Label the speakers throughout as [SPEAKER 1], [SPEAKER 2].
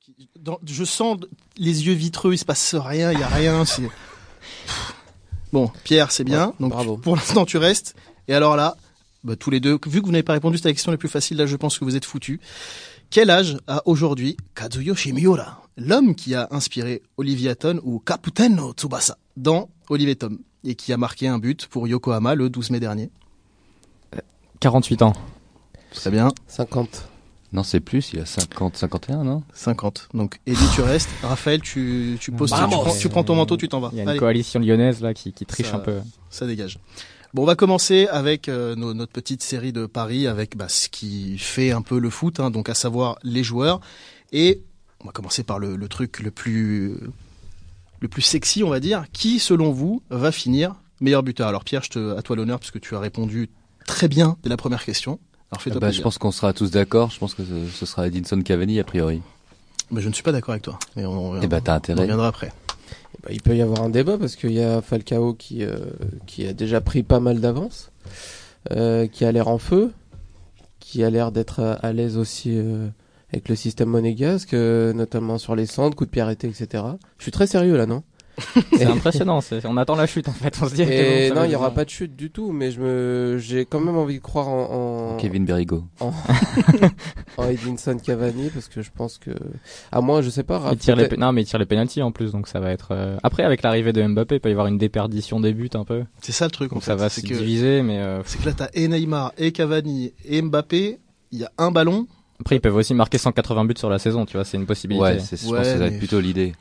[SPEAKER 1] qui- dans- je sens les yeux vitreux, il se passe rien, il y a rien. c'est- Bon, Pierre, c'est bien.
[SPEAKER 2] Ouais,
[SPEAKER 1] donc
[SPEAKER 2] bravo.
[SPEAKER 1] pour l'instant, tu restes. Et alors là, bah, tous les deux, vu que vous n'avez pas répondu, c'était la question la plus facile. Là, je pense que vous êtes foutus. Quel âge a aujourd'hui Kazuyoshi Miura, l'homme qui a inspiré Oliviaton ou Caputeno Tsubasa dans Olive et Tom et qui a marqué un but pour Yokohama le 12 mai dernier
[SPEAKER 2] 48 ans.
[SPEAKER 1] Très bien.
[SPEAKER 3] 50.
[SPEAKER 4] Non, c'est plus, il a 50, 51, non
[SPEAKER 1] 50. Donc, Eddie, tu restes. Raphaël, tu, tu poses, tu,
[SPEAKER 3] Vamos.
[SPEAKER 1] prends, tu prends ton manteau, tu t'en vas.
[SPEAKER 2] Il y a une
[SPEAKER 1] Allez.
[SPEAKER 2] coalition lyonnaise là qui, qui triche
[SPEAKER 1] Ça-
[SPEAKER 2] un peu.
[SPEAKER 1] ça dégage. Bon, on va commencer avec euh, nos- notre petite série de paris, avec bah, ce qui fait un peu le foot, hein, donc à savoir les joueurs. Et on va commencer par le, le truc le plus, euh, le plus sexy, on va dire. Qui, selon vous, va finir meilleur buteur Alors Pierre, je te, à toi l'honneur, puisque tu as répondu très bien dès la première question. Alors
[SPEAKER 4] Ah
[SPEAKER 1] fais-toi
[SPEAKER 4] bah, Je
[SPEAKER 1] plaisir.
[SPEAKER 4] pense qu'on sera tous d'accord. Je pense que ce, ce sera Edinson Cavani, a priori.
[SPEAKER 1] Mais je ne suis pas d'accord avec toi. Mais on,
[SPEAKER 2] ben,
[SPEAKER 4] Eh bah, t'as
[SPEAKER 1] on
[SPEAKER 4] intérêt.
[SPEAKER 1] reviendra après.
[SPEAKER 3] Bah, il peut y avoir un débat parce qu'il y a Falcao qui, euh, qui a déjà pris pas mal d'avance, euh, qui a l'air en feu, qui a l'air d'être à, à l'aise aussi euh, avec le système monégasque, euh, notamment sur les centres, coups de pied arrêtés, etc. Je suis très sérieux là, non
[SPEAKER 2] C'est impressionnant. c'est- On attend la chute en fait. On se dit. à quel moment
[SPEAKER 3] Et
[SPEAKER 2] ça
[SPEAKER 3] non,
[SPEAKER 2] va
[SPEAKER 3] il n'y aura
[SPEAKER 2] devenir.
[SPEAKER 3] pas de chute du tout, mais je me, j'ai quand même envie de croire en, en,
[SPEAKER 4] Kevin Berrigo.
[SPEAKER 3] en Edinson Cavani parce que je pense que, à moins, je sais pas, Raph,
[SPEAKER 2] Il tire les
[SPEAKER 3] peut-être-
[SPEAKER 2] pé- non mais il tire les pénalties en plus donc ça va être euh, après avec l'arrivée de Mbappé il peut y avoir une déperdition des buts un peu donc
[SPEAKER 1] C'est ça le truc. en
[SPEAKER 2] ça
[SPEAKER 1] fait,
[SPEAKER 2] va
[SPEAKER 1] c'est
[SPEAKER 2] se
[SPEAKER 1] que,
[SPEAKER 2] diviser mais euh,
[SPEAKER 1] c'est que là, t'as et Neymar, et Cavani, et Mbappé. Il y a un ballon.
[SPEAKER 2] après ils peuvent aussi marquer 180 buts sur la saison tu vois c'est une possibilité.
[SPEAKER 4] Ouais, c'est- je
[SPEAKER 1] Ouais,
[SPEAKER 4] pense que ça va
[SPEAKER 1] mais-
[SPEAKER 4] être plutôt l'idée.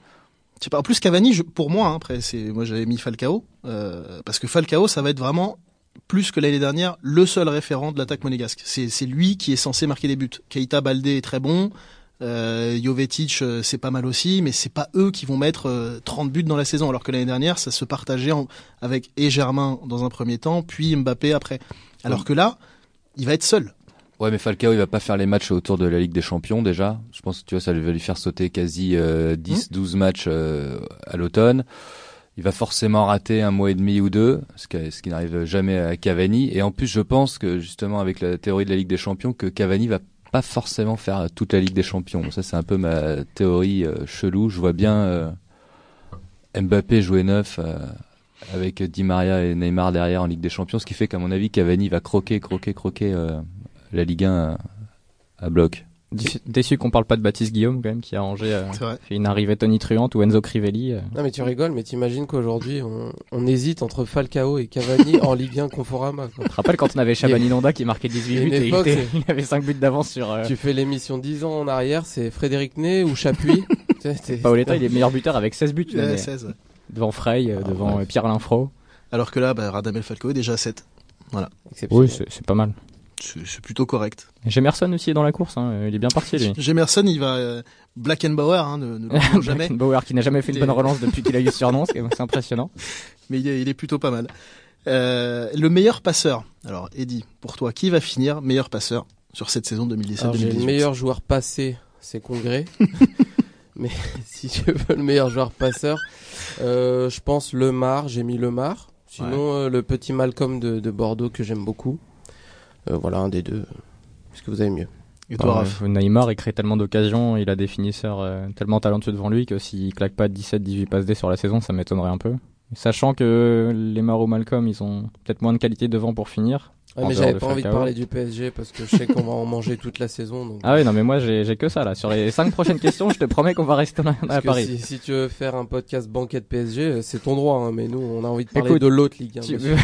[SPEAKER 1] Je sais pas. En plus, Cavani, je- pour moi, hein, après, c'est moi j'avais mis Falcao euh, parce que Falcao, ça va être vraiment plus que l'année dernière le seul référent de l'attaque monégasque. C'est c'est lui qui est censé marquer des buts. Keita Baldé est très bon. Euh, Jovetic, euh, c'est pas mal aussi, mais c'est pas eux qui vont mettre euh, 30 buts dans la saison, alors que l'année dernière, ça se partageait en- avec et Germain dans un premier temps, puis Mbappé après. Alors que là, il va être seul.
[SPEAKER 4] Ouais, mais Falcao, il va pas faire les matchs autour de la Ligue des Champions, déjà. Je pense que, tu vois, ça va lui faire sauter quasi euh, 10, 12 matchs euh, à l'automne. Il va forcément rater un mois et demi ou deux, ce qui, ce qui n'arrive jamais à Cavani. Et en plus, je pense que, justement, avec la théorie de la Ligue des Champions, que Cavani va pas forcément faire toute la Ligue des Champions. Ça, c'est un peu ma théorie euh, chelou. Je vois bien euh, Mbappé jouer neuf euh, avec Di Maria et Neymar derrière en Ligue des Champions, ce qui fait qu'à mon avis, Cavani va croquer, croquer, croquer euh, la Ligue 1 à, à bloc.
[SPEAKER 2] Déçu- Déçu qu'on parle pas de Baptiste Guillaume quand même qui a rangé euh,
[SPEAKER 1] C'est vrai.
[SPEAKER 2] une arrivée tonitruante ou Enzo Crivelli. euh.
[SPEAKER 3] Non mais tu rigoles, mais t'imagines qu'aujourd'hui on, on hésite entre Falcao et Cavani en Ligue 1 Conforama. quoi.
[SPEAKER 2] Je te rappelle quand on avait Chaban Inonda qui marquait 18
[SPEAKER 3] Il y a
[SPEAKER 2] buts
[SPEAKER 3] une
[SPEAKER 2] et il,
[SPEAKER 3] époque,
[SPEAKER 2] était- il avait 5 buts d'avance sur euh,
[SPEAKER 3] Tu fais l'émission 10 ans en arrière, c'est Frédéric Ney ou Chapuis. T'es- t'es-
[SPEAKER 2] Paoletta, il est meilleur buteur avec 16 buts
[SPEAKER 1] Ouais,
[SPEAKER 2] mais-
[SPEAKER 1] 16, ouais.
[SPEAKER 2] devant Frey, euh,
[SPEAKER 3] Ah,
[SPEAKER 2] devant
[SPEAKER 3] bref.
[SPEAKER 2] euh, Pierre Linfro.
[SPEAKER 1] Alors que là, bah, Radamel Falcao est déjà à 7.
[SPEAKER 3] Exceptionnel.
[SPEAKER 2] Oui, c'est c'est pas mal.
[SPEAKER 1] C'est c'est plutôt correct.
[SPEAKER 2] Jemerson aussi est dans la course, hein, il est bien parti lui.
[SPEAKER 1] Jemerson, il va euh, Blackenbauer, hein, ne, ne l'oublions jamais,
[SPEAKER 2] Bauer qui n'a jamais fait une
[SPEAKER 1] T'es-
[SPEAKER 2] bonne relance depuis qu'il a eu ce surnom, c'est c'est impressionnant.
[SPEAKER 1] mais il est, il est plutôt pas mal. Euh, le meilleur passeur. Alors, Eddy, pour toi, qui va finir meilleur passeur sur cette saison
[SPEAKER 3] Alors, j'ai
[SPEAKER 1] 2017-2018
[SPEAKER 3] le meilleur joueur passé, c'est Congré. mais si je veux le meilleur joueur passeur, euh, je pense Lemar, j'ai mis Lemar. Sinon euh, le petit Malcolm de, de Bordeaux que j'aime beaucoup. Euh, voilà un des deux. Est-ce que vous avez mieux
[SPEAKER 1] Et toi,
[SPEAKER 2] Bah,
[SPEAKER 1] Raph
[SPEAKER 2] euh, Neymar, il crée tellement d'occasions, il a des finisseurs euh, tellement talentueux devant lui que s'il claque pas 17-18 passes D sur la saison, ça m'étonnerait un peu. Sachant que les Maro Malcolm, ils ont peut-être moins de qualité devant pour finir.
[SPEAKER 3] Ouais,
[SPEAKER 2] En
[SPEAKER 3] Mais
[SPEAKER 2] dehors
[SPEAKER 3] j'avais
[SPEAKER 2] de
[SPEAKER 3] pas envie de
[SPEAKER 2] Falcao.
[SPEAKER 3] parler du PSG parce que je sais qu'on va en manger toute la saison. Donc...
[SPEAKER 2] Ah oui, non, mais moi j'ai j'ai que ça là. Sur les 5 prochaines questions, je te promets qu'on va rester à- à,
[SPEAKER 3] Parce que
[SPEAKER 2] Paris.
[SPEAKER 3] si, si tu veux faire un podcast banquet de PSG, euh, c'est ton droit, hein, mais nous, on a envie de parler
[SPEAKER 2] Écoute,
[SPEAKER 3] de l'autre Ligue 1.
[SPEAKER 2] Tu-
[SPEAKER 3] monsieur.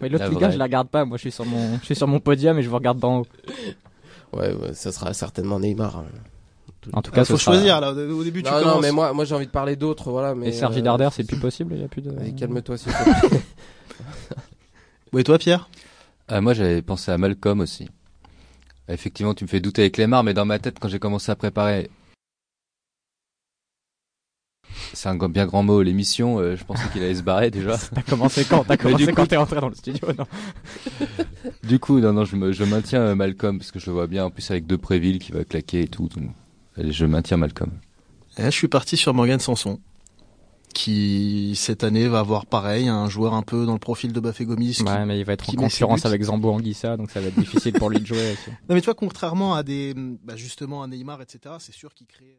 [SPEAKER 2] mais l'autre
[SPEAKER 4] La
[SPEAKER 2] Liga,
[SPEAKER 4] vraie.
[SPEAKER 2] je la garde pas. Moi, je suis sur mon, je suis sur mon podium et je vous regarde d'en haut.
[SPEAKER 3] Ouais, ouais, ça sera certainement Neymar. hein.
[SPEAKER 2] En tout
[SPEAKER 1] Ah,
[SPEAKER 2] cas, ce
[SPEAKER 1] faut
[SPEAKER 2] sera-
[SPEAKER 1] choisir, là, au début, tu
[SPEAKER 3] non,
[SPEAKER 1] commences.
[SPEAKER 3] non, mais moi, moi j'ai envie de parler d'autres, voilà. Mais,
[SPEAKER 2] Et Sergi
[SPEAKER 3] euh,
[SPEAKER 2] Darder, c'est plus possible. Il y a plus de.
[SPEAKER 3] vas-y, calme-toi, s'il te plaît.
[SPEAKER 1] Ouais, Et toi, Pierre
[SPEAKER 4] Ah, moi, j'avais pensé à Malcolm aussi. Effectivement, tu me fais douter avec Lemar, mais dans ma tête, quand j'ai commencé à préparer. C'est un grand- bien grand mot, l'émission. euh, je pensais qu'il allait se barrer déjà.
[SPEAKER 2] T'as commencé quand T'as
[SPEAKER 4] Mais du
[SPEAKER 2] commencé
[SPEAKER 4] coup-
[SPEAKER 2] quand t'es rentré dans le studio non
[SPEAKER 4] Du coup, non, non, je, me- je maintiens euh, Malcolm parce que je le vois bien. En plus, avec Depréville qui va claquer et tout. donc, allez, je maintiens Malcolm.
[SPEAKER 1] Eh, Je suis parti sur Morgan Sanson, qui, cette année, va avoir pareil, un joueur un peu dans le profil de Bafé Gomis. qui-
[SPEAKER 2] Ouais, mais il va être en
[SPEAKER 1] qui met ses
[SPEAKER 2] concurrence
[SPEAKER 1] buts.
[SPEAKER 2] avec Zambo Anguissa, donc ça va être difficile pour lui de jouer. aussi.
[SPEAKER 1] Non, mais tu vois, contrairement à des, bah, justement, à Neymar, etc., c'est sûr qu'il crée...